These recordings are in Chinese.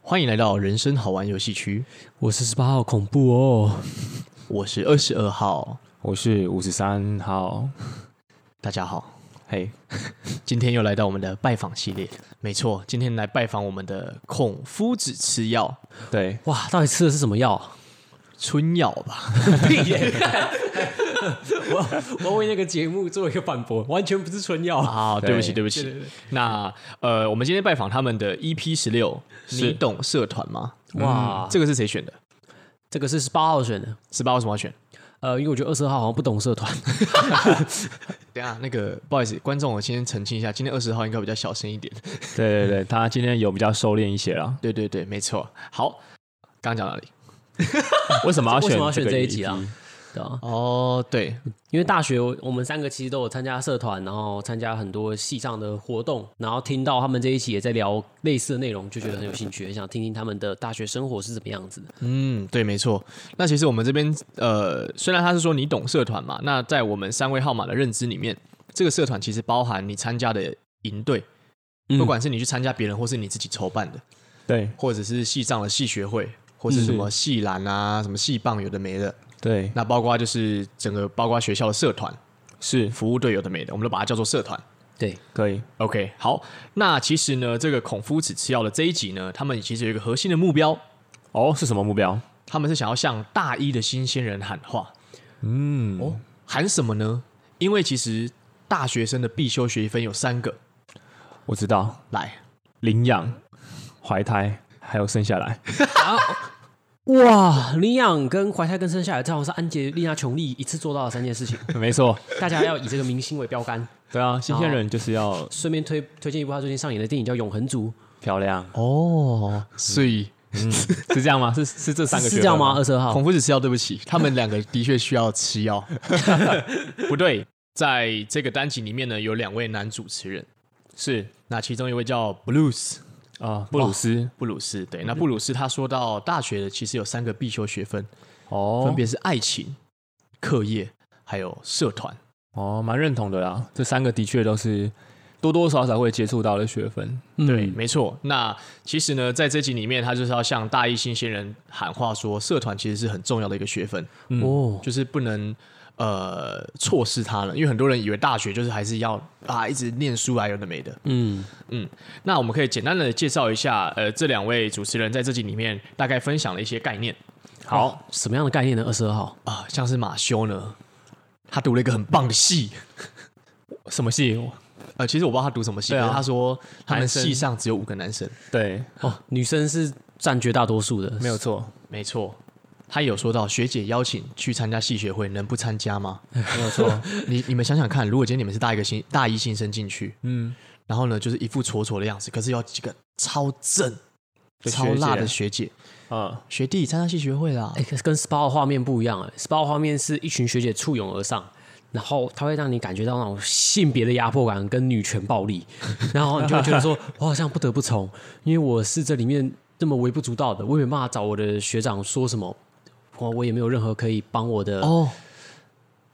欢迎来到人生好玩游戏区，我是十八号，恐怖哦！我是二十二号，我是五十三号，大家好，嘿， 今天又来到我们的拜访系列，没错，今天来拜访我们的孔夫子吃药，对，哇，到底吃的是什么药？春药吧？ 我为那个节目做一个反驳，完全不是春 药。啊，对不起，对对不起。那呃，我们今天拜访他们的 EP 十六，你懂社团吗？哇，这个是谁选的？嗯这个是十八号选的，十八为什么要选？呃，因为我觉得二十号好像不懂社团。等一下，啊那个不好意思，观众，我先澄清一下，今天二十号应该比较小声一点。。对对对，他今天有比较收敛一些啦对对对，没错。好，刚刚讲到哪里？为什么要为什选么要选个这一集 EP 啊？对啊，哦，对，因为大学我我们三个其实都有参加社团，然后参加很多系上的活动，然后听到他们这一期也在聊类似的内容，就觉得很有兴趣，很想听听他们的大学生活是怎么样子的。嗯，对，没错。那其实我们这边呃，虽然他是说你懂社团嘛，那在我们三位号码的认知里面，这个社团其实包含你参加的营队，嗯不管是你去参加别人，或是你自己筹办的，对或者是系上的系学会，或是什么系篮啊、什么系棒有的没的，对那包括就是整个包括学校的社团是服务队有的没的，我们都把它叫做社团。对，可以， OK，好，那其实呢，这个孔夫子吃药的这一集呢，他们其实有一个核心的目标，哦，是什么目标？他们是想要向大一的新鲜人喊话。嗯，哦，喊什么呢？因为其实大学生的必修学分有三个，我知道，来，领养、怀胎，还有生下来。 哇，领养跟怀胎跟生下来，正好是安杰丽娜琼丽一次做到的三件事情，没错，大家要以这个明星为标杆。对啊，新鲜人就是要顺便推推荐一部他最近上演的电影叫《永恒族漂亮，哦，所以是这样吗？是是这三》，个是学这样分吗？二？十二号孔夫子吃药，对不起，他们两个的确需要吃药， 不对，在这个单集里面呢，有两位男主持人，是那其中一位叫 Blues 啊，布鲁斯布鲁斯，对，那布鲁斯他说到大学的其实有三个必修学分，哦分别是爱情、课业还有社团。哦，蛮认同的啦。这三个的确都是多多少少会接触到的学分。嗯对，没错。那其实呢，在这集里面，他就是要向大一新鲜人喊话说，社团其实是很重要的一个学分，嗯哦，就是不能呃错失它了。因为很多人以为大学就是还是要啊一直念书啊，有的没的。嗯，那我们可以简单的介绍一下，呃，这两位主持人在这集里面大概分享了一些概念好，什么样的概念呢？二十二号啊、像是马修呢，啊他读了一个很棒的系，什么戏？呃，其实我不知道他读什么系，对啊可是他说他们男生系上只有五个男生，对，哦，女生是占绝大多数的，没有错。没错。他也有说到学姐邀请去参加系学会，能不参加吗？没有错，你你们想想看，如果今天你们是大一个新大一新生进去，嗯，然后呢，就是一副挫挫的样子，可是有几个超正、的超学姐啊辣的学姐嗯，学弟参加系学会啦，哎、可是跟 SPA 的画面不一样哎、s p a 的画面是一群学姐簇拥而上。然后它会让你感觉到那种性别的压迫感跟女权暴力， 然后你就会觉得说， 我好像不得不从，因为我是这里面这么微不足道的，我也没办法找我的学长说什么，我我也没有任何可以帮我的，哦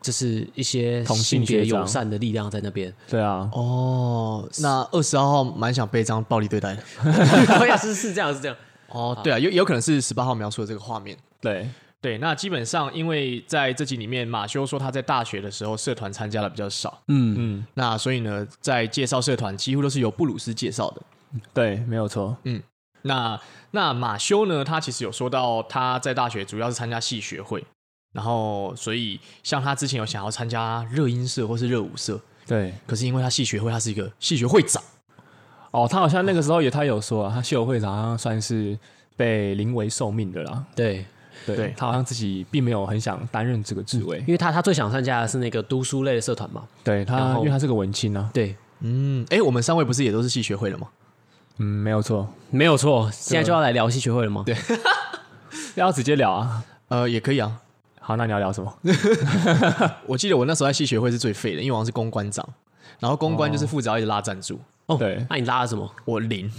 就是一些同性性别学长友善的力量在那 边。对啊，哦，那二十二号蛮想被这样暴力对待的。我哦也是是这样是这样，哦，对啊，有有可能是十八号描述的这个画面。对，对，那基本上因为在这集里面，马修说他在大学的时候社团参加的比较少，嗯嗯，那所以呢，在介绍社团几乎都是由布鲁斯介绍的。对，没有错，那那马修呢？他其实有说到他在大学主要是参加系学会，然后所以像他之前有想要参加热音社或是热舞社，对。可是因为他系学会，他是一个系学会长，哦，他好像那个时候也他有说啊，他秀会长好像算是被临危受命的啦。对，嗯对对他好像自己并没有很想担任这个职位，因为他他最想参加的是那个读书类的社团嘛，对他然，后因为他是个文青啊。对，嗯，哎，我们三位不是也都是系学会的吗？嗯，没有错，没有错，现在就要来聊戏学会了吗？对，要直接聊啊。呃，也可以啊。好，那你要聊什么？我记得我那时候在系学会是最废的，因为我好像是公关长，然后公关就是负责要一直拉赞助，哦对那你拉了什么？我零。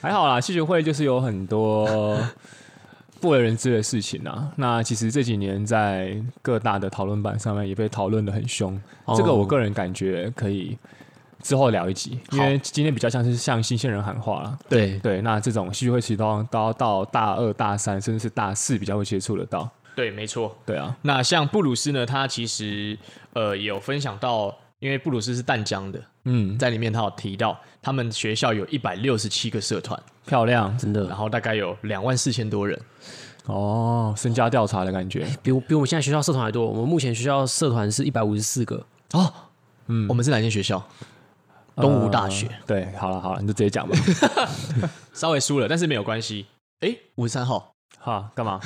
还好啦，戏剧会就是有很多不为人知的事情啊。那其实这几年在各大的讨论版上面也被讨论的很凶，哦这个我个人感觉可以之后聊一集，因为今天比较像是向新鲜人喊话了。对，对，那这种戏剧会其实都到到大二、大三，甚至是大四比较会接触得到。对，没错。对啊，那像布鲁斯呢，他其实呃也有分享到，因为布鲁斯是淡江的，嗯，在里面他有提到，他们学校有一百六十七个社团，漂亮真然的后大概有两万四千多人。哦，身家调查的感觉。比我比我们现在学校社团还多。我们目前学校社团是一百五十四个，哦，嗯，我们是哪间学校？东吴大学，呃对，好了好了，你就直接讲吧。 稍微输了，但是没有关系。哎，五十三号，哈，干嘛？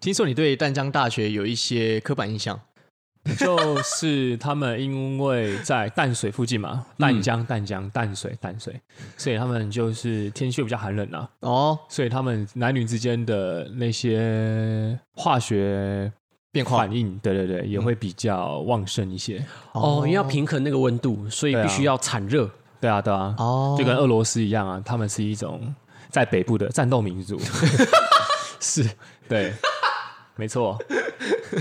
听说你对淡江大学有一些刻板印象， 就是他们因为在淡水附近嘛，淡江、淡江、淡水、淡水，所以他们就是天气又比较寒冷啊，哦，所以他们男女之间的那些化学变化反应，对对对，也会比较旺盛一些。哦，因为要平衡那个温度，所以对啊必须要产热。对啊，对啊，哦就跟俄罗斯一样啊，他们是一种在北部的战斗民 族，是对，没错，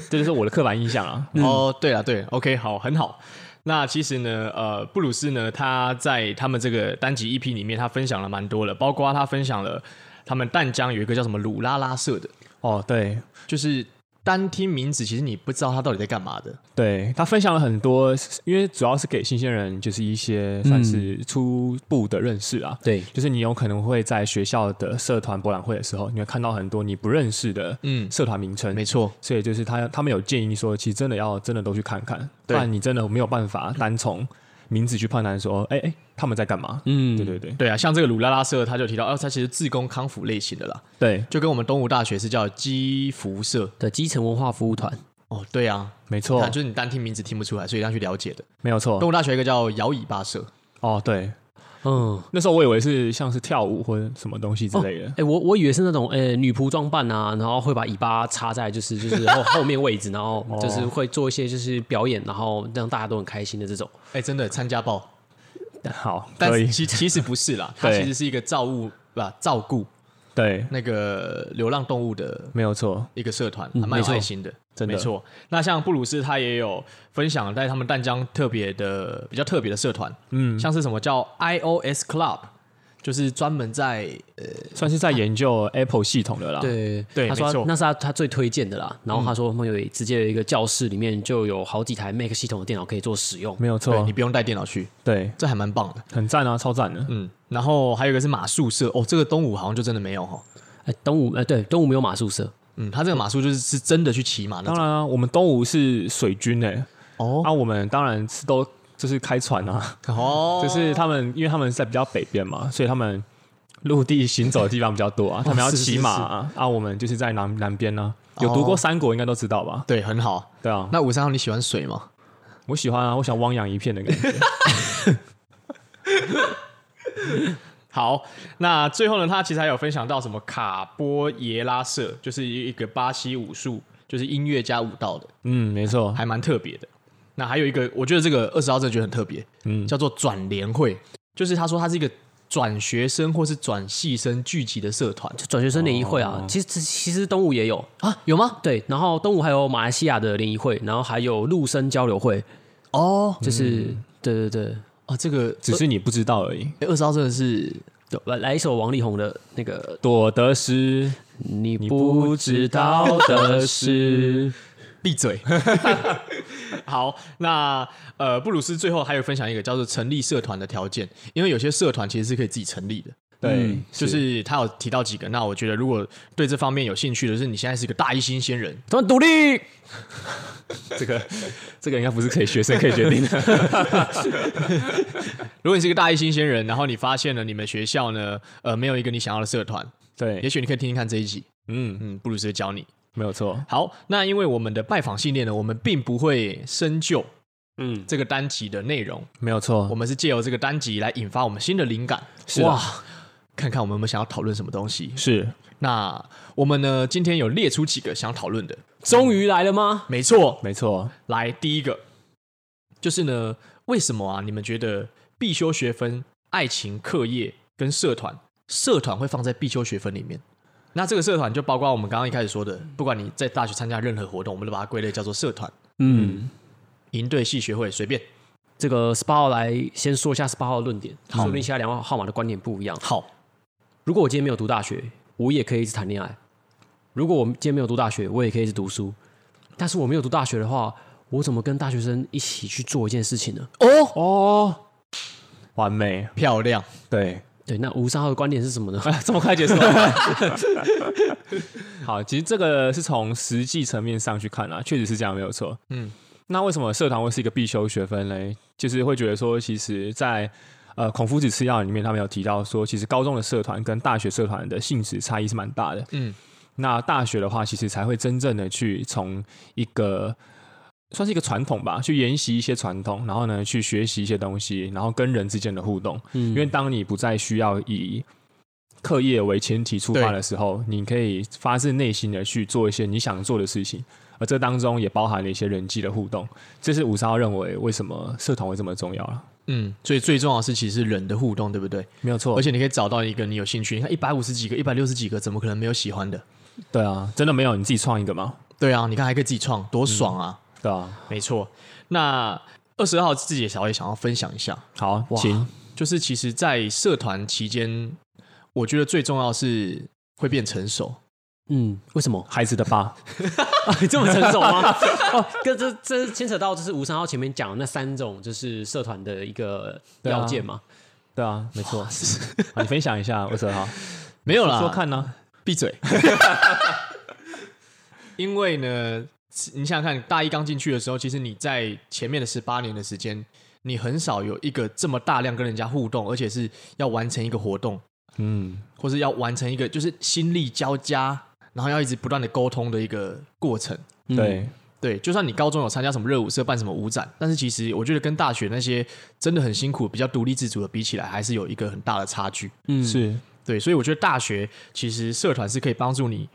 这就是我的刻板印象啊。哦，对了，对，OK，好，很好。那其实呢，呃，布鲁斯呢，他在他们这个单集 EP 里面，他分享了蛮多的，包括他分享了他们淡江有一个叫什么鲁拉拉社的，哦，对就是单听名字，其实你不知道他到底在干嘛的。对，他分享了很多，因为主要是给新鲜人，就是一些嗯算是初步的认识啊。对，就是你有可能会在学校的社团博览会的时候，你会看到很多你不认识的嗯社团名称，没错，所以就是他他们有建议说，其实真的要真的都去看看，不对然你真的没有办法单从名字去判断说，哎、哎、他们在干嘛？嗯对对对对啊，像这个鲁拉拉社，他就提到，哦，他其实自工康复类型的啦，对，就跟我们东吴大学是叫基福社。的基层文化服务团，哦，对啊，没你错看，，就是你单听名字听不出来，所以要去了解的。没有东错。吴大学有一个叫摇尾巴社，哦，对，嗯，那时候我以为是像是跳舞或者什么东西之类的。哎、我我以为是那种呃、女仆装扮啊，然后会把尾巴插在就是 就是后后面位置，然后哦就是会做一些就是表演，然后让大家都很开心的这种。哎，真的参加报， 好，哦但可是以，其其实不是啦，它对其实是一个照顾吧，照顾对，那个流浪动物的没有错。一个社团，嗯还蛮有没错爱心的，真的没错。那像布鲁斯他也有分享在他们淡江特别的比较特别的社团，嗯，像是什么叫 iOS Club，就是专门在算是在研究 Apple 系统的啦。，对啊对他没错嗯说那是他他最推荐的啦。然后他说他们有直接有一个教室里面就有好几台 Mac 系统的电脑可以做使用。没有对错你，不用带电脑去，对，这还蛮棒的。很赞啊，超赞的。嗯，然后还有一个是马术社哦，这个东武好像就真的没有哈、哦。哎、东吴哎对东吴没有马术社，嗯，他这个马术就是是真的去骑马那当种然啊，我们东吴是水军诶、哦那、我们当然是都就是开船啊。哦，就是他们，因为他们在比较北边嘛，所以他们陆地行走的地方比较多啊。他们要哦是是骑马啊，啊我们就是在南南边呢、有读过三国，应该都知道吧？对很好。对啊，那五三号你喜欢水吗？我喜欢啊，我想汪洋一片的感 觉。好，那最后呢，他其实还有分享到什么卡波耶拉社，就是一个巴西武术，就是音乐加舞蹈的，嗯，没错，还蛮特别的。那还有一个，我觉得这个二十号真的觉得很特别，嗯，叫做转联会，就是他说他是一个转学生或是转系生聚集的社团就转学生联谊会啊。其实其实东吴也有，哦啊，有吗？对，然后东吴还有马来西亚的联谊会，然后还有陆生交流会，哦，就是、对对对。哦，这个只是你不知道而已。二十号真的是对来来一首王力宏的那个朵德斯，你不知道的事。闭嘴。 好，那呃，布鲁斯最后还有分享一个叫做成立社团的条件，因为有些社团其实是可以自己成立的。嗯对，就是他有提到几个，那我觉得如果对这方面有兴趣的，就是你现在是一个大一新鲜人，他们独立，这个，这个应该不是可以学生可以决定 的。如果你是一个大一新鲜人，然后你发现了你们学校呢，呃，没有一个你想要的社团，也对，许你可以听听看这一集，嗯，嗯，布鲁斯会教你。没有错。好，那因为我们的拜访系列呢，我们并不会深究 嗯，这个单集的内容，没有错我。们是借由这个单集来引发我们新的灵感。是啊哇，看看我们有没有想要讨论什么东西。是，那我们呢，今天有列出几个想讨论的，终于来了吗？没错，没错。来，第一个就是呢，为什么啊？你们觉得必修学分、爱情、课业跟社团，社团会放在必修学分里面？那这个社团就包括我们刚刚一开始说的，不管你在大学参加任何活动，我们都把它归类叫做社团。嗯，营队、系学会随便，这个 SPA 号来先说一下 SPA 号的论点，说不定其他两号号码的观点不一样。好，如果我今天没有读大学，我也可以一直谈恋爱；如果我今天没有读大学，我也可以一直读书。但是我没有读大学的话，我怎么跟大学生一起去做一件事情呢？哦，哦，完美，漂亮，对，对，那吴三号的观点是什么呢？ 这么快结束？ 好，其实这个是从实际层面上去看啦，确实是这样，没有错。嗯嗯，那为什么社团会是一个必修学分嘞？就是会觉得说，其实在，呃孔夫子吃药里面，他们有提到说，其实高中的社团跟大学社团的性质差异是蛮大的。嗯嗯，那大学的话，其实才会真正的去从一个。算是一个传统吧，去沿袭一些传统，然后呢，去学习一些东西，然后跟人之间的互动。嗯因为当你不再需要以课业为前提出发的时候，你可以发自内心的去做一些你想做的事情，而这当中也包含了一些人际的互动。这是五十号认为为什么社团会这么重要啊了？嗯，所以最重要的是其实是人的互动，对不对？没有错，而且你可以找到一个你有兴趣，你看一百五十几个、一百六十几个，怎么可能没有喜欢的？对啊，真的没有你自己创一个吗？对啊，你看还可以自己创，多爽啊！对啊，没错，那二十二号自己也稍微想要分享一下，好，哇请就是其实，在社团期间，我觉得最重要是会变成熟。嗯，为什么孩子的爸， 你这么成熟吗？哦，跟这这牵扯到就是吴三号前面讲的那三种就是社团的一个对啊要件嘛。 对啊，没错， 好你分享一下五十号，没有啦，说说看啊呢、闭嘴。 因为呢，你想想看，大一刚进去的时候，其实你在前面的十八年的时间，你很少有一个这么大量跟人家互动，而且是要完成一个活动，嗯，或是要完成一个就是心力交加，然后要一直不断的沟通的一个过程。嗯对，对，就算你高中有参加什么热舞社、办什么舞展，但是其实我觉得跟大学那些真的很辛苦、比较独立自主的比起来，还是有一个很大的差距。嗯，是对，所以我觉得大学其实社团是可以帮助你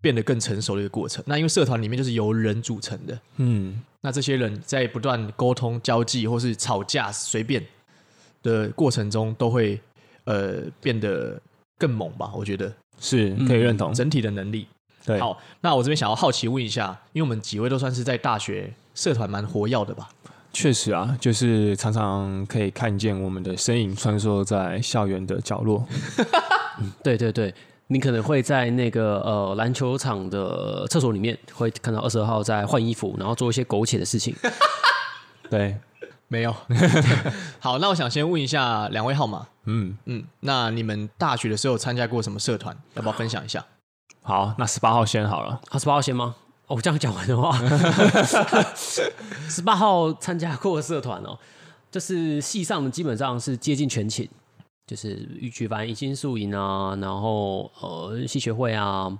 变得更成熟的一个过程。那因为社团里面就是由人组成的，嗯，那这些人在不断沟通、交际或是吵架、随便的过程中，都会呃变得更猛吧？我觉得是可以认同，整体的能力。对，好，那我这边想要好奇问一下，因为我们几位都算是在大学社团蛮活跃的吧？确实啊，就是常常可以看见我们的身影穿梭在校园的角 落。对对对，你可能会在那个呃篮球场的厕所里面会看到二十二号在换衣服，然后做一些苟且的事情。对，没有。 好，那我想先问一下两位号码，嗯，嗯，那你们大学的时候有参加过什么社团？要不要分享一下？好，那十八号先好了。二十八号先吗？哦，这样讲完的话，十八号参加过的社团哦，就是系上的基本上是接近全勤，就是举凡迎新宿营啊，然后呃系学会啊，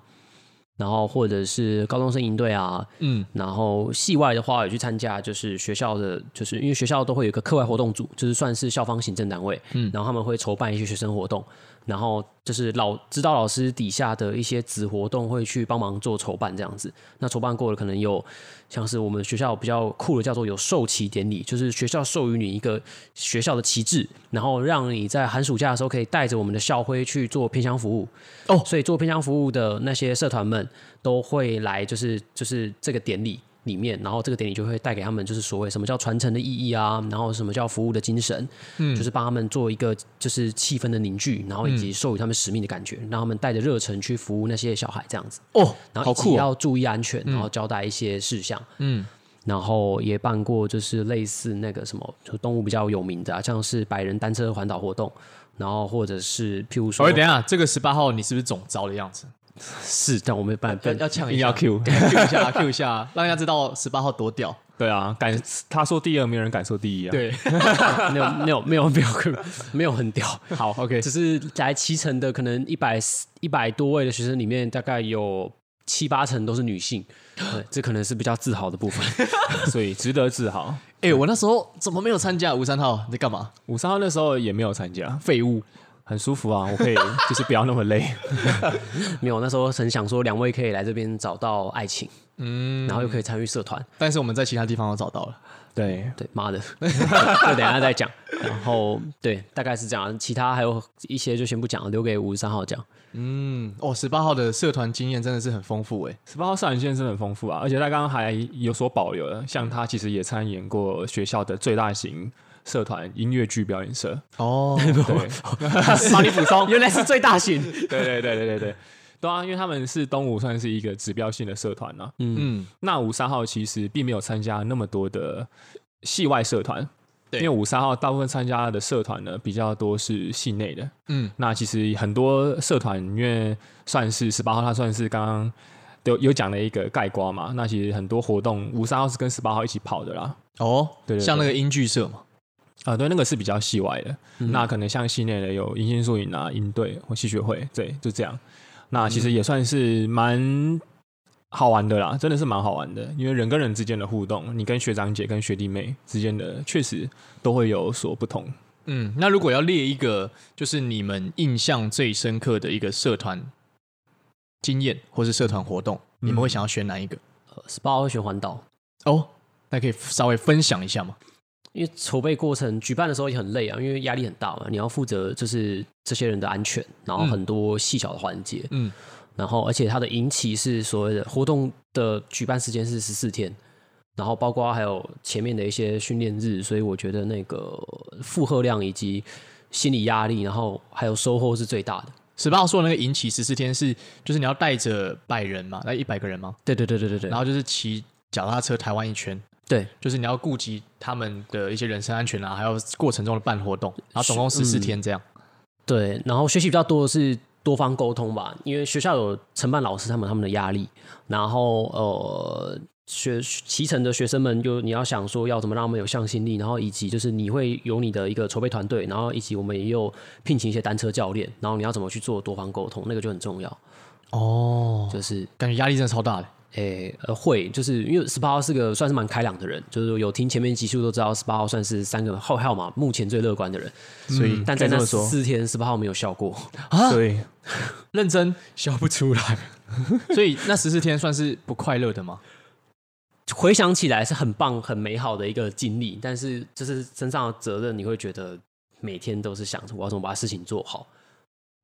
然后或者是高中生营队啊，嗯，然后系外的话，有去参加，就是学校的，就是因为学校都会有一个课外活动组，就是算是校方行政单位，嗯，然后他们会筹办一些学生活动，然后就是老指导老师底下的一些子活动会去帮忙做筹办这样子。那筹办过的可能有像是我们学校比较酷的叫做有授旗典礼，就是学校授予你一个学校的旗帜，然后让你在寒暑假的时候可以带着我们的校徽去做偏乡服务。哦所以做偏乡服务的那些社团们都会来，就是就是这个典礼。里面，然后这个典礼就会带给他们，就是所谓什么叫传承的意义啊，然后什么叫服务的精神，嗯，就是帮他们做一个就是气氛的凝聚，然后以及嗯授予他们使命的感觉，让他们带着热忱去服务那些小孩这样子。哦，然好后以及酷、哦，要注意安全，然后交代一些事项，嗯，然后也办过就是类似那个什么，就动物比较有名的、啊，像是百人单车环岛活动，然后或者是譬如说喂，，等一下，这个十八号你是不是总招的样子？是，但我没办 法要，要呛一硬下要 Q ，Q 一下，Q 一下，让大家知道十八号多屌。对啊，敢他说第二，没有人敢说第一啊。，对，没有没有没有没有没有很屌， 好，OK， 只是来骑乘的可能一百一百多位的学生里面，大概有七八成都是女 性，对这可能是比较自豪的部 分。所以值得自豪。哎、我那时候怎么没有参加？吴三号你在干嘛？五三号那时候也没有参加，废物，很舒服啊，我可以就是不要那 么累。没有，那时候很想说，两位可以来这边找到爱情，嗯，然后又可以参与社团，但是我们在其他地方都找到了。对，对，妈 的，这等一下再讲。然后对，大概是这样，其他还有一些就先不讲了，留给五十三号讲。嗯，哦，十八号的社团经验真的是很丰富哎、十八号上演线真的很丰富啊，而且他刚刚还有所保留了，像他其实也参演过学校的最大型社团音乐剧表演社， 哦，对， 帮你补充， 原来是最大型。对对对对对对，对啊，因为他们是东吴算是一个指标性的社团呢、啊。嗯，那五三号其实并没有参加那么多的系外社团，对因为五三号大部分参加的社团呢比较多是系内的。嗯，那其实很多社团因为算是十八号，它算是刚刚。有有讲了一个概括嘛？那其实很多活动，五三号是跟十八号一起跑的啦。哦，对对对像那个英剧社嘛，啊，对，那个是比较系外的。嗯那可能像系内的有银杏树影啊、营队或戏学会，对，就这样。那其实也算是蛮好玩的啦，真的是蛮好玩的，因为人跟人之间的互动，你跟学长姐、跟学弟妹之间的确实都会有所不同。嗯，那如果要列一个，就是你们印象最深刻的一个社团经验或是社团活动，你们会想要选哪一个？十八号会选环岛，哦，那可以稍微分享一下吗？因为筹备过程举办的时候也很累啊，因为压力很大嘛，你要负责就是这些人的安全，然后很多细小的环节，嗯，然后而且它的营期是所谓的活动的举办时间是十四天，然后包括还有前面的一些训练日，所以我觉得那个负荷量以及心理压力，然后还有收获是最大的。十八号说的那个营期十四天是，就是你要带着百人嘛，那一百个人嘛，对对对对对对，然后就是骑脚踏车台湾一圈，对就是你要顾及他们的一些人身安全啊，还有过程中的办活动，然后总共十四天这样。对，然后学习比较多的是多方沟通吧，因为学校有承办老师他们他们的压力，然后呃学骑乘的学生们就你要想说要怎么让他们有向心力，然后以及就是你会有你的一个筹备团队，然后以及我们也有聘请一些单车教练，然后你要怎么去做多方沟通，那个就很重要，哦，就是。感觉压力真的超大的。诶、呃，会，就是因为十八号是个算是蛮开朗的人，就是有听前面集数都知道，十八号算是三个后号码目前最乐观的人，所以但嗯可在以这那么说四天，十八号没有笑过。对，认真，笑不出来。 所以那十四天算是不快乐的吗？回想起来是很棒、很美好的一个经历，但是就是身上的责任，你会觉得每天都是想着我要怎么把事情做好。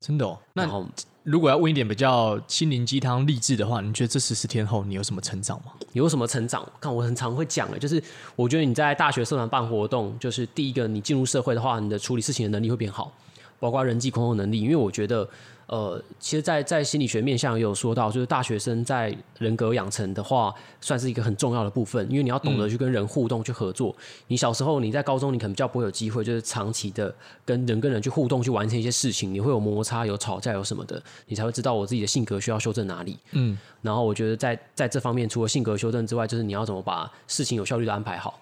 真的哦。然那后如果要问一点比较心灵鸡汤励志的话，你觉得这十四天后你有什么成长吗？有什么成长？看我很常会讲的，欸就是我觉得你在大学社团办活动，就是第一个，你进入社会的话，你的处理事情的能力会变好，包括人际沟通能力。因为我觉得，呃，其实在，在心理学面向也有说到，就是大学生在人格养成的话，算是一个很重要的部分，因为你要懂得去跟人互动、去合作。你小时候你在高中，你可能比较不会有机会，就是长期的跟人跟人去互动、去完成一些事情，你会有摩擦、有吵架、有什么的，你才会知道我自己的性格需要修正哪里。然后我觉得在在这方面，除了性格修正之外，就是你要怎么把事情有效率的安排好。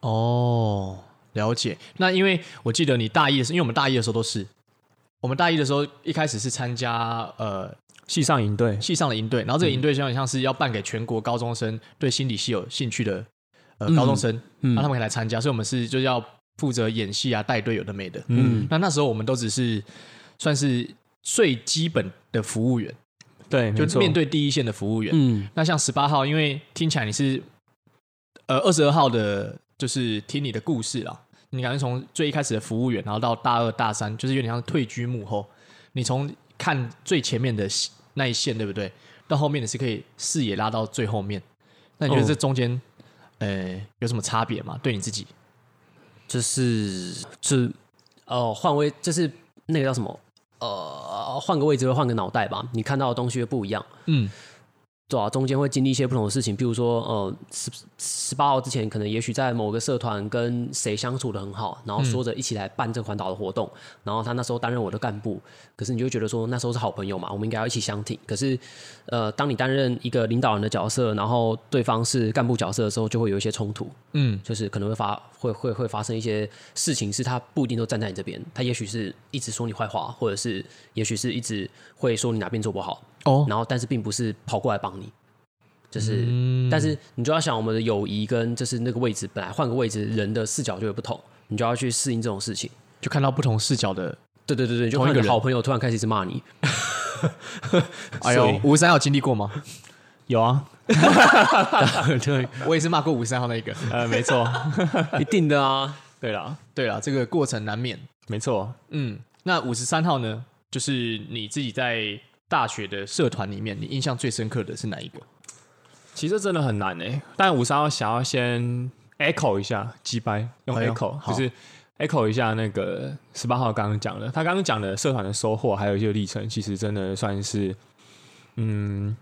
哦，了解。那因为我记得你大一的时候，因为我们大一的时候都是，我们大一的时候一开始是参加呃系上营队，系上的营队，然后这个营队有点像是要办给全国高中生对心理系有兴趣的呃高中生，嗯让他们可以来参加，所以我们是就是要负责演戏啊、带队有的没的。嗯，那那时候我们都只是算是最基本的服务员，对，没就错面 对第一线的服务员。嗯，那像十八号，因为听起来你是呃二十二号的，就是听你的故事啦。你感觉从最一开始的服务员，然后到大二、大三，就是有点像退居幕后。你从看最前面的戏那一线，对不对？到后面你是可以视野拉到最后面。那你觉得哦这中间、呃有什么差别吗？对你自己？就是就是呃换位，就是那个叫什么呃换个位置会换个脑袋吧，你看到的东西会不一样。嗯，对啊，中间会经历一些不同的事情，比如说，呃，十十八号之前，可能也许在某个社团跟谁相处的很好，然后说着一起来办这个环岛的活动，然后他那时候担任我的干部，可是你就会觉得说那时候是好朋友嘛，我们应该要一起相挺。可是，呃，当你担任一个领导人的角色，然后对方是干部角色的时候，就会有一些冲突，嗯，就是可能会发会会会发生一些事情，是他不一定都站在你这边，他也许是一直说你坏话，或者是也许是一直会说你哪边做不好，哦，然后但是并不是跑过来帮你，就是，嗯但是你就要想我们的友谊跟就是那个位置，本来换个位置，人的视角就会不同，你就要去适应这种事情。就看到不同视角的。对对对对，就同一换个个人好朋友突然开始一直骂你，哎所呦以，吴三有经历过吗？ 有啊，对，我也是骂过五十三号那一个。呃，没错，一定的 啊。对啦，对啦，这个过程难免。没错，嗯，那五十三号呢？就是你自己在大学的社团里面，你印象最深刻的是哪一个？其实真的很难诶、欸但五十号想要先 echo 一下击败，用哎呦 echo、好就是 echo 一下那个十八号刚刚讲的，他刚刚讲的社团的收获，还有一些历程，其实真的算是嗯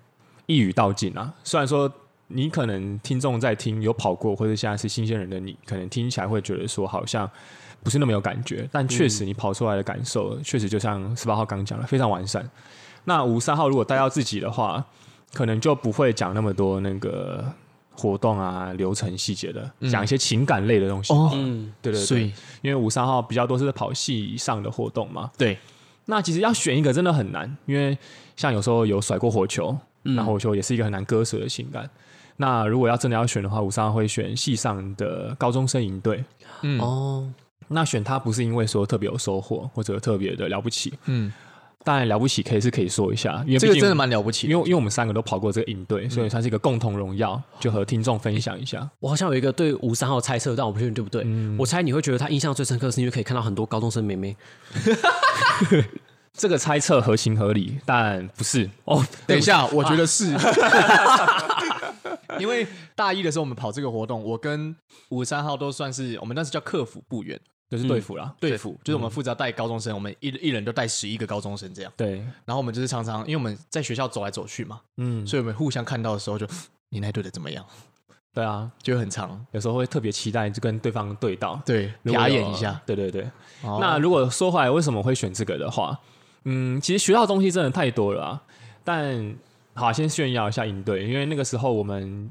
一语道尽啊。虽然说你可能听众在听有跑过，或者现在是新鲜人的你，可能听起来会觉得说好像。不是那么有感觉，但确实你跑出来的感受，确、实就像十八号刚讲的，非常完善。那五三号如果带到自己的话，可能就不会讲那么多那个活动啊、流程细节的，讲、一些情感类的东西。嗯哦，嗯，对对所对以，因为五三号比较多是在跑戏上的活动嘛。对，那其实要选一个真的很难，因为像有时候有甩过火球，嗯那火球也是一个很难割舍的情感。那如果要真的要选的话，五三号会选戏上的高中生营队。嗯，哦，那选它不是因为说特别有收获或者特别的了不起，嗯，当然了不起可以是可以说一下，因为这个毕竟真的蛮嗯了不起因的。为因为我们三个都跑过这个营队，所以算是一个共同荣耀，就和听众分享一下。我好像有一个对五三号的猜测，但我不确定对不对。我猜你会觉得他印象最深刻，是因为可以看到很多高中生妹妹。这个猜测合情合理，但不是哦，等一下，我觉得 是，因为大一的时候我们跑这个活动，我跟五十三号都算是我们那时叫客服部员，就是队服啦。队服嗯就是我们负责带高中生，我们一一人都带十一个高中生这样。对，然后我们就是常常，因为我们在学校走来走去嘛，嗯，所以我们互相看到的时候就，你那队的怎么样，对啊，就很长，有时候会特别期待就跟对方对到，对，如果瞟有啊眼一下。。对对对。哦那如果说回来为什么会选这个的话，嗯，其实学到的东西真的太多了、啊。但好，先炫耀一下营队，因为那个时候我们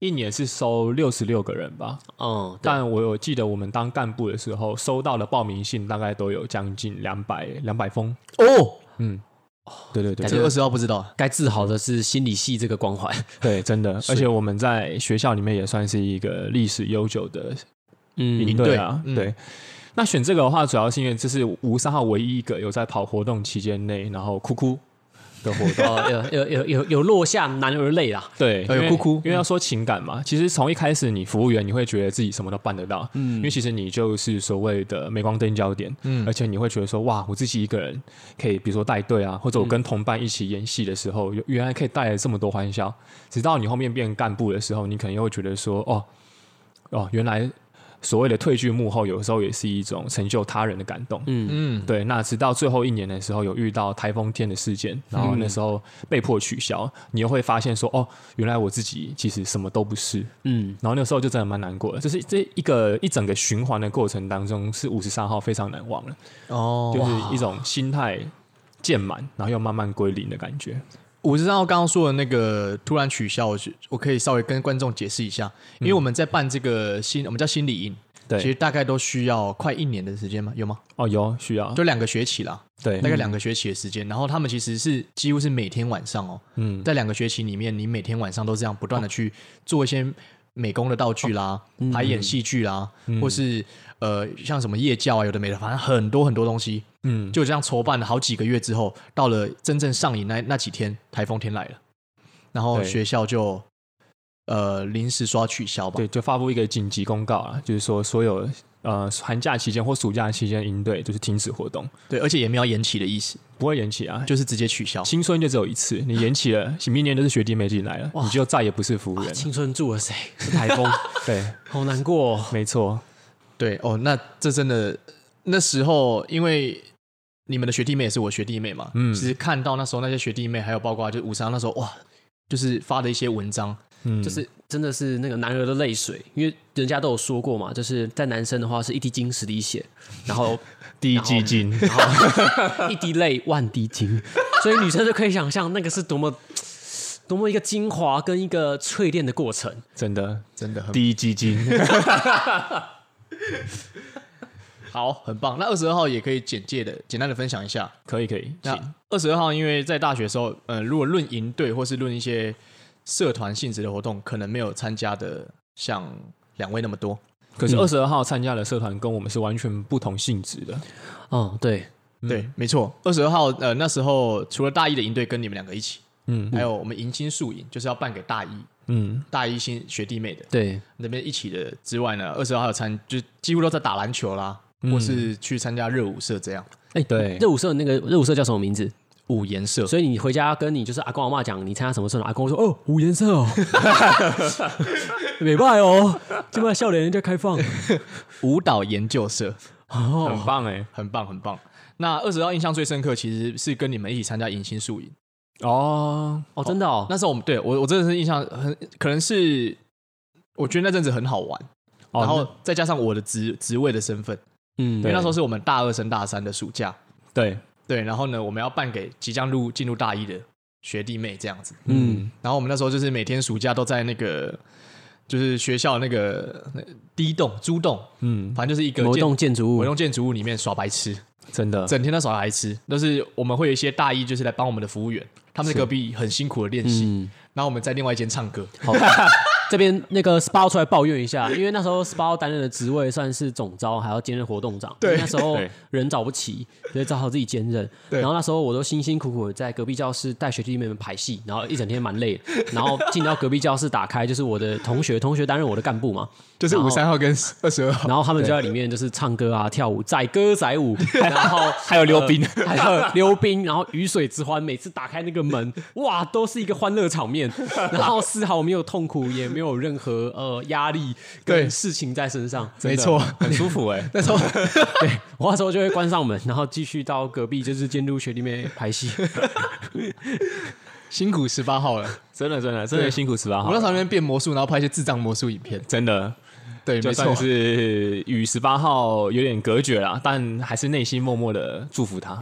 一年是收六十六个人吧，嗯，对但我有记得我们当干部的时候收到的报名信大概都有将近两百两百封。哦，嗯，哦对对对，这个二十号不知道，该自豪的是心理系这个光环。对，真的，而且我们在学校里面也算是一个历史悠久的嗯营队啊，嗯对。那选这个的话，主要是因为这是吴三号唯一一个有在跑活动期间内，然后哭哭的活动。哦，有有有有有落下男儿泪啦。对，哦有因为哭哭因为要说情感嘛，其实从一开始你服务员，你会觉得自己什么都办得到，嗯，因为其实你就是所谓的镁光灯焦点，嗯，而且你会觉得说，哇，我自己一个人可以，比如说带队啊，或嗯者我跟同伴一起演戏的时候，原原来可以带来这么多欢笑，直到你后面变干部的时候，你可能又会觉得说，哦，哦，原来所谓的退居幕后，有时候也是一种成就他人的感动，嗯，嗯，对，那直到最后一年的时候，有遇到台风天的事件，嗯然后那时候被迫取消，你又会发现说，哦，原来我自己其实什么都不是。嗯，然后那时候就真的蛮难过的，就是这一个一整个循环的过程当中，是五十三号非常难忘的，哦，就是一种心态渐满，然后又慢慢归零的感觉。五十三号刚刚说的那个突然取消，我是我可以稍微跟观众解释一下，因为我们在办这个心，我们叫心理营，嗯对其实大概都需要快一年的时间嘛，有吗？哦，有需要，就两个学期啦，对，大概两个学期的时间。然后他们其实是几乎是每天晚上哦，嗯，哦在两个学期里面，你每天晚上都这样不断的去做一些美工的道具啦，嗯排演戏剧啦，或是呃像什么夜教啊，有的没的，反正很多很多东西。嗯，就这样筹办了好几个月之后，到了真正上瘾那那几天，台风天来了，然后对学校就呃临时说要取消吧。对，就发布一个紧急公告啊，就是说所有呃寒假期间或暑假期间营队就是停止活动，对，而且也没有延期的意思，不会延期啊，就是直接取消。青春就只有一次，你延期了，明年就是学弟妹进来了，你就再也不是服务哇员了。青春住了谁？是台风， 对，好难过哦。没错，对哦，那这真的那时候，因为你们的学弟妹也是我学弟妹嘛，嗯，嗯其实看到那时候那些学弟妹，还有包括就是五三那时候哇，就是发的一些文章，嗯，就是真的是那个男儿的泪水，因为人家都有说过嘛，就是在男生的话是一滴精十滴血，然后第一然后季金， 然后一滴泪万滴精，所以女生就可以想象那个是多么多么一个精华跟一个淬炼的过程。真的真的很第一季金，好，很棒。那二十二号也可以简介的简单的分享一下。 可以可以，行那二十二号因为在大学的时候，呃，如果论营队或是论一些社团性质的活动，可能没有参加的像两位那么多。可嗯是二十二号参加的社团跟我们是完全不同性质的，嗯，对，对，没错。二十二号，呃，那时候除了大一的营队跟你们两个一起，嗯，还有我们迎新宿营，就是要办给大一嗯，大一新学弟妹的对，那边一起的之外呢，二十二还有参，就几乎都在打篮球啦，嗯或是去参加热舞社这样。哎，对热舞社那个热舞社叫什么名字？五颜社，所以你回家跟你就是阿公阿妈讲你参加什么社团，阿公说哦五颜色哦， 美拜哦，今晚笑脸人家开放，舞蹈研究社，哦，很棒哎，很棒很棒。那二十二印象最深刻，其实是跟你们一起参加迎新宿营。哦，哦真的哦，那时候我们对我我真的是印象很，可能是我觉得那阵子很好玩，哦然后再加上我的职职位的身份，嗯因为那时候是我们大二升大三的暑假，那对，对，然后呢，我们要办给即将入进入大一的学弟妹这样子。嗯，然后我们那时候就是每天暑假都在那个就是学校那个那低栋租栋，嗯，反正就是一个某一建栋建筑某物，栋建筑物里面耍白痴，真的，整天都耍白痴。都是我们会有一些大一就是来帮我们的服务员，他们在隔壁很辛苦的练习，嗯，然后我们在另外一间唱歌。好，这边那个 SPA 出来抱怨一下，因为那时候 SPA 担任的职位算是总招，还要兼任活动长，对因为那时候对人找不齐，所以只好自己兼任。对然后那时候我都辛辛苦苦地在隔壁教室带学弟妹们排戏，然后一整天蛮累的，然后进到隔壁教室打开，就是我的同学，同学担任我的干部嘛，就是然后五三号跟二十二号，然后他们就在里面就是唱歌啊、跳舞、载歌载舞，然后呃还有溜冰，还有溜冰，然后鱼水之欢，每次打开那个门，哇，都是一个欢乐场面，然后丝毫没有痛苦，也没有任何呃压力跟对事情在身上。没错。很舒服欸哎，那时候 对，我那时候就会关上门，然后继续到隔壁就是监督学弟妹排戏。辛苦十八号了，真的真的真的辛苦十八我号们那时候了，在那边变魔术，然后拍一些智障魔术影片。真的对，就没算错， 是与十八号有点隔绝啦，但还是内心默默的祝福他。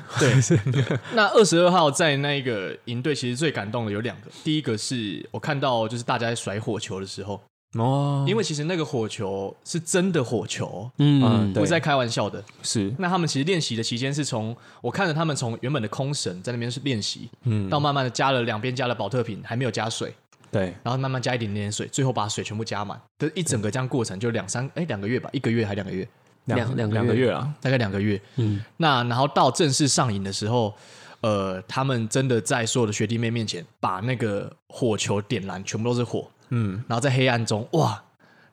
那二十二号在那个营队，其实最感动的有两个。第一个是我看到就是大家在甩火球的时候，哦，因为其实那个火球是真的火球，嗯，嗯，不对，是在开玩笑的。是，那他们其实练习的期间是从我看着他们从原本的空绳在那边是练习，嗯，到慢慢的加了两边加了保特瓶，还没有加水，对，然后慢慢加一点点水，最后把水全部加满。这一整个这样过程就两三哎两个月吧，一个月还两个月，两两个两个月月啊，大概两个月。嗯，那然后到正式上映的时候，呃，他们真的在所有的学弟妹面前把那个火球点燃，全部都是火，嗯，然后在黑暗中，哇，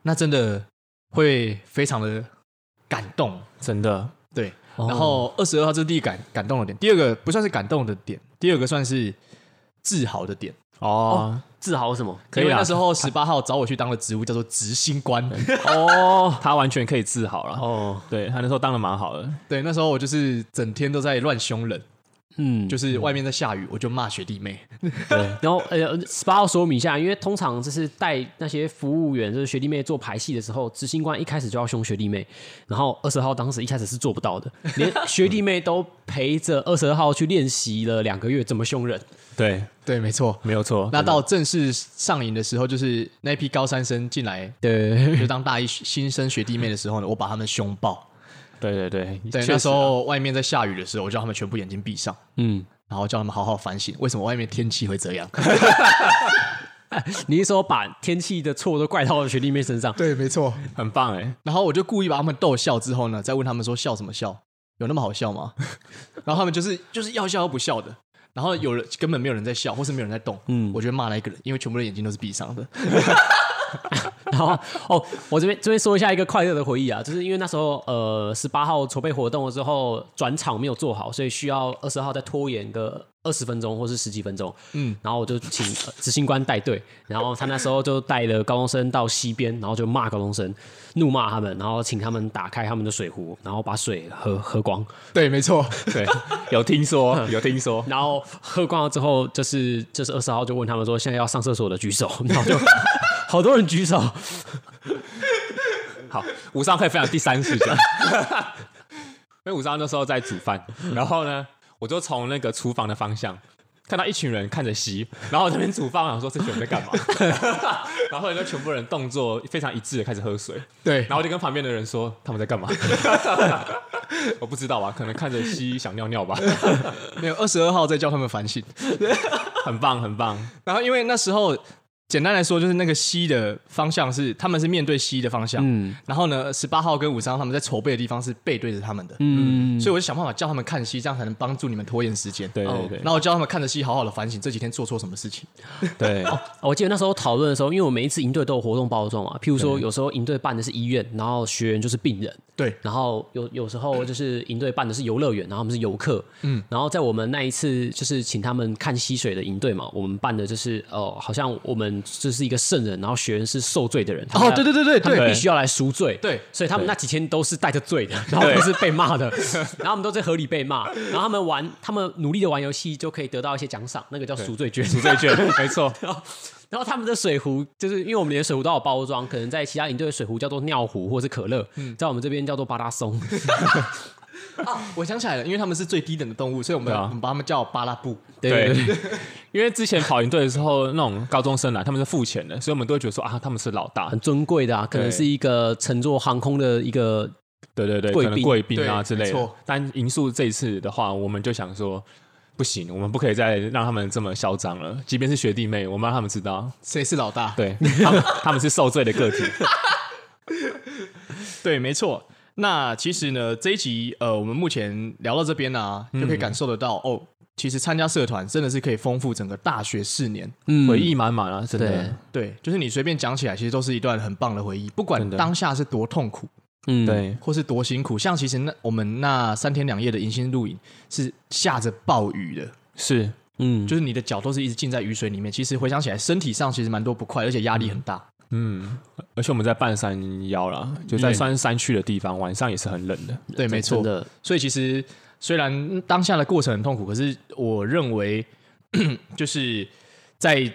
那真的会非常的感动。真的，对，哦然后二十二号这是第一感感动的点，第二个不算是感动的点，第二个算是自豪的点。哦，自豪什么？可以因为啦那时候十八号找我去当的职务叫做执行官，哦，他完全可以自豪了。哦，对他那时候当的蛮好的，对，那时候我就是整天都在乱凶人，嗯，就是外面在下雨，我就骂学弟妹。然后呃，SPA 要说明一下，因为通常就是带那些服务员，就是学弟妹做排戏的时候，执行官一开始就要凶学弟妹，然后二十号当时一开始是做不到的，连学弟妹都陪着二十号去练习了两个月怎么凶人。对，对，没错。没有错。那到正式上映的时候，就是那批高三生进 来，对，就当大一新生学弟妹的时候呢，我把他们凶爆。对对对，对，确那啊实时候外面在下雨的时候，我叫他们全部眼睛闭上，嗯，然后叫他们好好反省，为什么外面天气会这样？你是说把天气的错都怪到了学弟妹身 上？对，没错。很棒哎， 然后我就故意把他们逗笑，之后呢，再问他们说笑什么笑，有那么好笑 吗？然后他们就是就是要笑又不笑的。然后有人根本没有人在笑，或是没有人在动，嗯，我就会骂那一个人，因为全部的眼睛都是闭上的。 然后哦，我这边这边说一下一个快乐的回忆啊，就是因为那时候呃十八号筹备活动的时候转场没有做好，所以需要二十号再拖延个二十分钟或是十几分钟。嗯，然后我就请呃执行官带队，然后他那时候就带了高中生到溪边，然后就骂高中生，怒骂他们，然后请他们打开他们的水壶，然后把水喝喝光。对，没 错，对， 有听说，有听说，然后喝光了之后，就是就是二十号就问他们说，现在要上厕所的举手，然后就 好多人举手。好，五三可以分享第三视角。 因为五三那时候在煮饭，然后呢，我就从那个厨房的方向看到一群人看着席，然后我这边煮饭，我想说这群人在干 嘛？然后就全部人动作非常一致的开始喝水，对，然后我就跟旁边的人说他们在干嘛？ 我不知道啊，可能看着溪想尿尿吧。没有二十二号在叫他们反省。很棒，很棒，然后因为那时候简单来说，就是那个西的方向是他们是面对西的方向，嗯然后呢，十八号跟五三号他们在筹备的地方是背对着他们的，嗯，所以我就想办法叫他们看戏，这样才能帮助你们拖延时间。对对哦对然后我叫他们看着戏，好好的反省这几天做错什么事情。对，哦我记得那时候讨论的时候，因为我每一次营队都有活动包装啊嘛，譬如说有时候营队办的是医院，然后学员就是病人，对，然后有有时候就是营队办的是游乐园，然后他们是游客，嗯，然后在我们那一次就是请他们看溪水的营队嘛，我们办的就是哦、呃好像我们这是一个圣人，然后学员是受罪的人，他们哦，对对对对他们对必须要来赎罪，对所以他们那几天都是带着罪的，然后都是被 骂的，然后我们都在河里被骂，然后他们玩，他们努力的玩游戏就可以得到一些奖赏，那个叫赎罪券，赎罪券，没 错，然后他们的水壶，就是因为我们连水壶都有包装，可能在其他营队的水壶叫做尿壶或是可乐，在我们这边叫做巴拉松。啊，我想起来了，因为他们是最低等的动物，所以我们、对啊我们把他们叫巴拉布。对对对， 因为之前跑营队的时候，那种高中生啊来，他们是付钱的，所以我们都会觉得说啊，他们是老大很，尊贵的啊，可能对是一个乘坐航空的一个，对对对，贵可能宾贵宾啊对之类没的错。但银素这一次的话，我们就想说。不行，我们不可以再让他们这么嚣张了。即便是学弟妹，我们让他们知道，谁是老大？对他们 他们是受罪的个体。对，没错。那其实呢，这一集呃，我们目前聊到这边呢、啊，就可以感受得到、哦，其实参加社团真的是可以丰富整个大学四年。嗯回忆满满啊，真对的。对，就是你随便讲起来，其实都是一段很棒的回忆，不管真的当下是多痛苦嗯，对，或是多辛苦。像其实那我们那三天两夜的迎新露营是下着暴雨的，是嗯，就是你的脚都是一直浸在雨水里面。其实回想起来，身体上其实蛮多不快，而且压力很大。嗯，而且我们在半山腰啦，就在对算是山区的地方，晚上也是很冷的。对，没错真。的，所以其实虽然嗯当下的过程很痛苦，可是我认为 就是在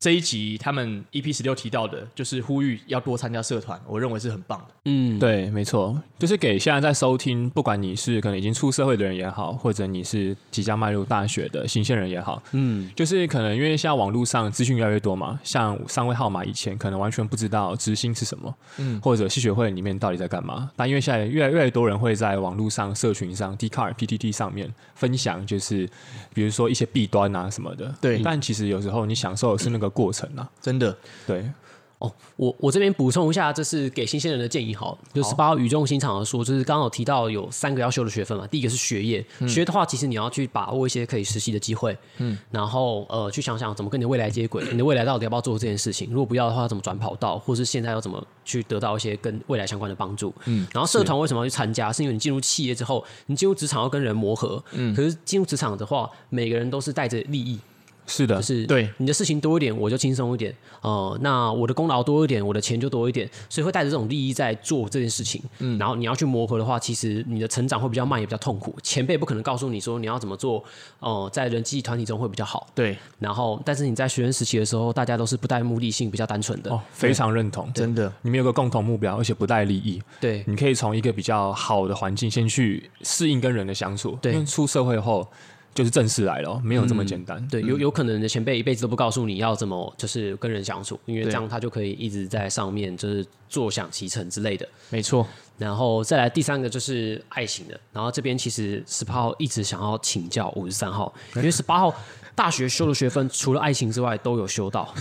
这一集他们 EP 十六提到的，就是呼吁要多参加社团，我认为是很棒的。嗯，对，没错，就是给现在在收听，不管你是可能已经出社会的人也好，或者你是即将迈入大学的新鲜人也好，嗯，就是可能因为现在网络上资讯越来越多嘛，像上位号码以前可能完全不知道知心是什么，嗯嗯，或者系学会里面到底在干嘛。但因为现在越来越多人会在网络上、社群上、d c a r PTT 上面分享，就是比如说一些弊端啊什么的。对但其实有时候你享受的是那个过程啊。真的，对，哦，我我这边补充一下，这是给新鲜人的建议好了，就十八号语重心长的说，就是刚刚有提到有三个要修的学分嘛，第一个是学业，学的话其实你要去把握一些可以实习的机会，嗯，然后呃去想想怎么跟你的未来接轨，你的未来到底要不要做这件事情，如果不要的话，怎么转跑道，或是现在要怎么去得到一些跟未来相关的帮助，嗯，然后社团为什么要去参加，是因为你进入企业之后，你进入职场要跟人磨合，嗯，可是进入职场的话，每个人都是带着利益，是的，就是对你的事情多一点，我就轻松一点。呃，那我的功劳多一点，我的钱就多一点，所以会带着这种利益在做这件事情。嗯，然后你要去磨合的话，其实你的成长会比较慢，也比较痛苦。前辈不可能告诉你说你要怎么做，呃，在人际团体中会比较好。对，然后，但是你在学生时期的时候，大家都是不带目的性，比较单纯的。哦，非常认同，真的，你们有个共同目标，而且不带利益，对，你可以从一个比较好的环境先去适应跟人的相处。对嗯因为出社会后就是正式来了哦，没有这么简单。对，有有可能你的前辈一辈子都不告诉你要怎么就是跟人相处，因为这样他就可以一直在上面就是坐享其成之类的。没错，然后再来第三个就是爱情的，然后这边其实十八号一直想要请教五十三号，因为十八号大学修的学分除了爱情之外都有修到，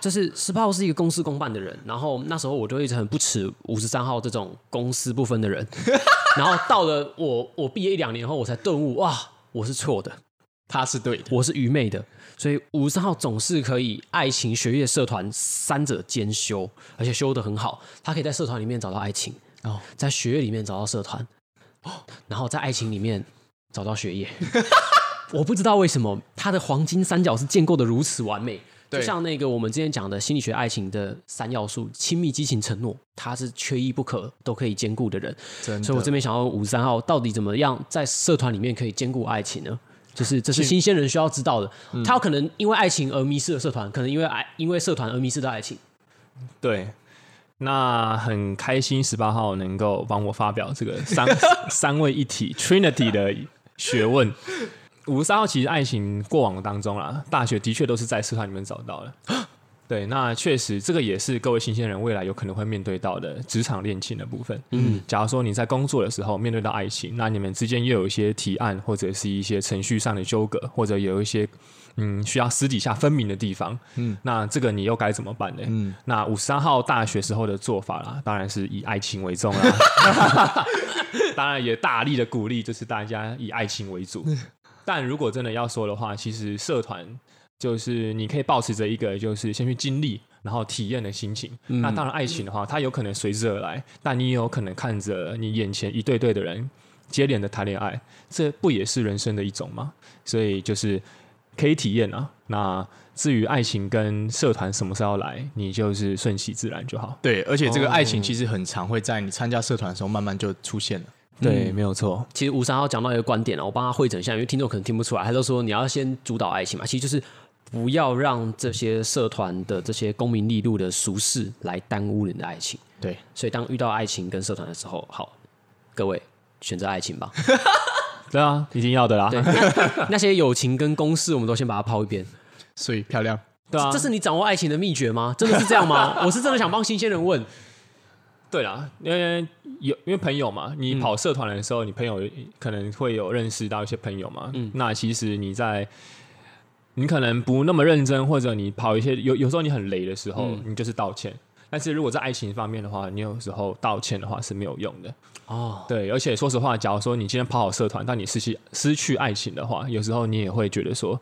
就是十八号是一个公事公办的人，然后那时候我就一直很不耻五十三号这种公私不分的人，然后到了我我毕业一两年后我才顿悟，哇，我是错的，他是对的。我是愚昧的，所以五十三号总是可以爱情、学业、社团三者兼修，而且修得很好。他可以在社团里面找到爱情，哦在学业里面找到社团，然后在爱情里面找到学业。 我不知道为什么他的黄金三角是建构的如此完美，就对像那个我们之前讲的心理学爱情的三要素：亲密、激情、承诺，他是缺一不可，都可以兼顾的人。真的所以我这边想要五十三号到底怎么样在社团里面可以兼顾爱情呢？就是这是新鲜人需要知道的。嗯他有可能因为爱情而迷失了社团，可能因为爱因为社团而迷失了爱情。对，那很开心十八号能够帮我发表这个三三位一体 Trinity 的学问。五十三号其实爱情过往当中啦，大学的确都是在社团里面找到的。对，那确实这个也是各位新鲜人未来有可能会面对到的职场恋情的部分。嗯，假如说你在工作的时候面对到爱情，那你们之间又有一些提案或者是一些程序上的纠葛，或者有一些嗯需要私底下分明的地方，嗯，那这个你又该怎么办呢？嗯，那五十三号大学时候的做法啦，当然是以爱情为重啦。 当然也大力的鼓励，就是大家以爱情为主。但如果真的要说的话，其实社团就是你可以保持着一个就是先去经历，然后体验的心情。那当然，爱情的话，它有可能随之而来，但你也有可能看着你眼前一对对的人接连的谈恋爱，这不也是人生的一种吗？所以就是可以体验啊。那至于爱情跟社团什么时候来，你就是顺其自然就好。对，而且这个爱情其实很常会在你参加社团的时候慢慢就出现了。对，没有错。其实吴三号讲到一个观点哦，我帮他汇整一下，因为听众可能听不出来。他就说你要先主导爱情嘛，其实就是不要让这些社团的这些功名利禄的俗事来耽误你的爱情。对，所以当遇到爱情跟社团的时候，好，各位选择爱情 吧。对啊，一定要的啦。对，那那些友情跟公事我们都先把它抛一边。所以漂亮。对啊这是你掌握爱情的秘诀吗？真的是这样 吗？我是真的想帮新鲜人问。对啦，因为有因为朋友嘛，你跑社团的时候，你朋友可能会有认识到一些朋友嘛。那其实你在你可能不那么认真，或者你跑一些有有时候你很雷的时候，你就是道歉。但是如果在爱情方面的话，你有时候道歉的话是没有用的。哦，对，而且说实话，假如说你今天跑好社团，但你失去失去爱情的话，有时候你也会觉得说，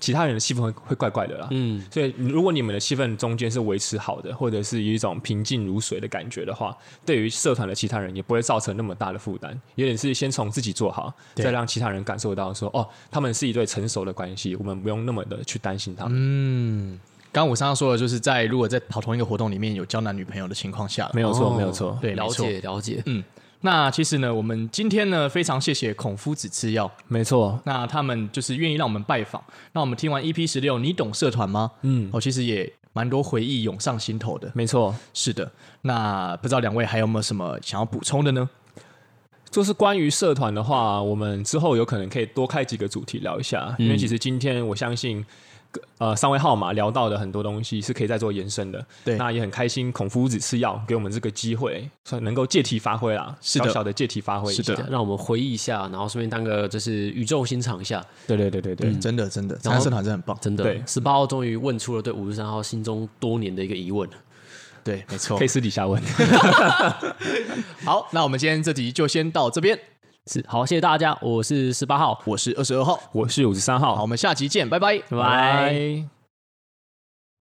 其他人的气氛会会怪怪的啦。嗯，所以如果你们的气氛中间是维持好的，或者是有一种平静如水的感觉的话，对于社团的其他人也不会造成那么大的负担。有点是先从自己做好，再让其他人感受到说，哦，他们是一对成熟的关系，我们不用那么的去担心他们。刚刚我刚刚说的就是在如果在跑同一个活动里面有交男女朋友的情况下，没有错，哦没有错。对，了没错。解了解。嗯，那其实呢，我们今天呢非常谢谢孔夫子制药，没错，那他们就是愿意让我们拜访。那我们听完 EP 十六，你懂社团吗？嗯，我、其实也蛮多回忆涌上心头的。没错。是的，那不知道两位还有没有什么想要补充的呢？就是关于社团的话，我们之后有可能可以多开几个主题聊一下，嗯因为其实今天我相信。呃，三位号码聊到的很多东西是可以再做延伸的，对那也很开心，孔夫子是要给我们这个机会，算能够借题发挥啦，是的小小的借题发挥一下，是的让我们回忆一下，然后顺便当个就是宇宙欣赏一下，对对对对对，真的，真的，参加社团真的很棒。真对的，十八号终于问出了对五十三号心中多年的一个疑问。对，没错可以。私 底下问，好，那我们今天这集就先到这边。是，好，谢谢大家，我是十八号，我是二十二号，我是五十三好，我号，们下集见，拜拜，拜拜。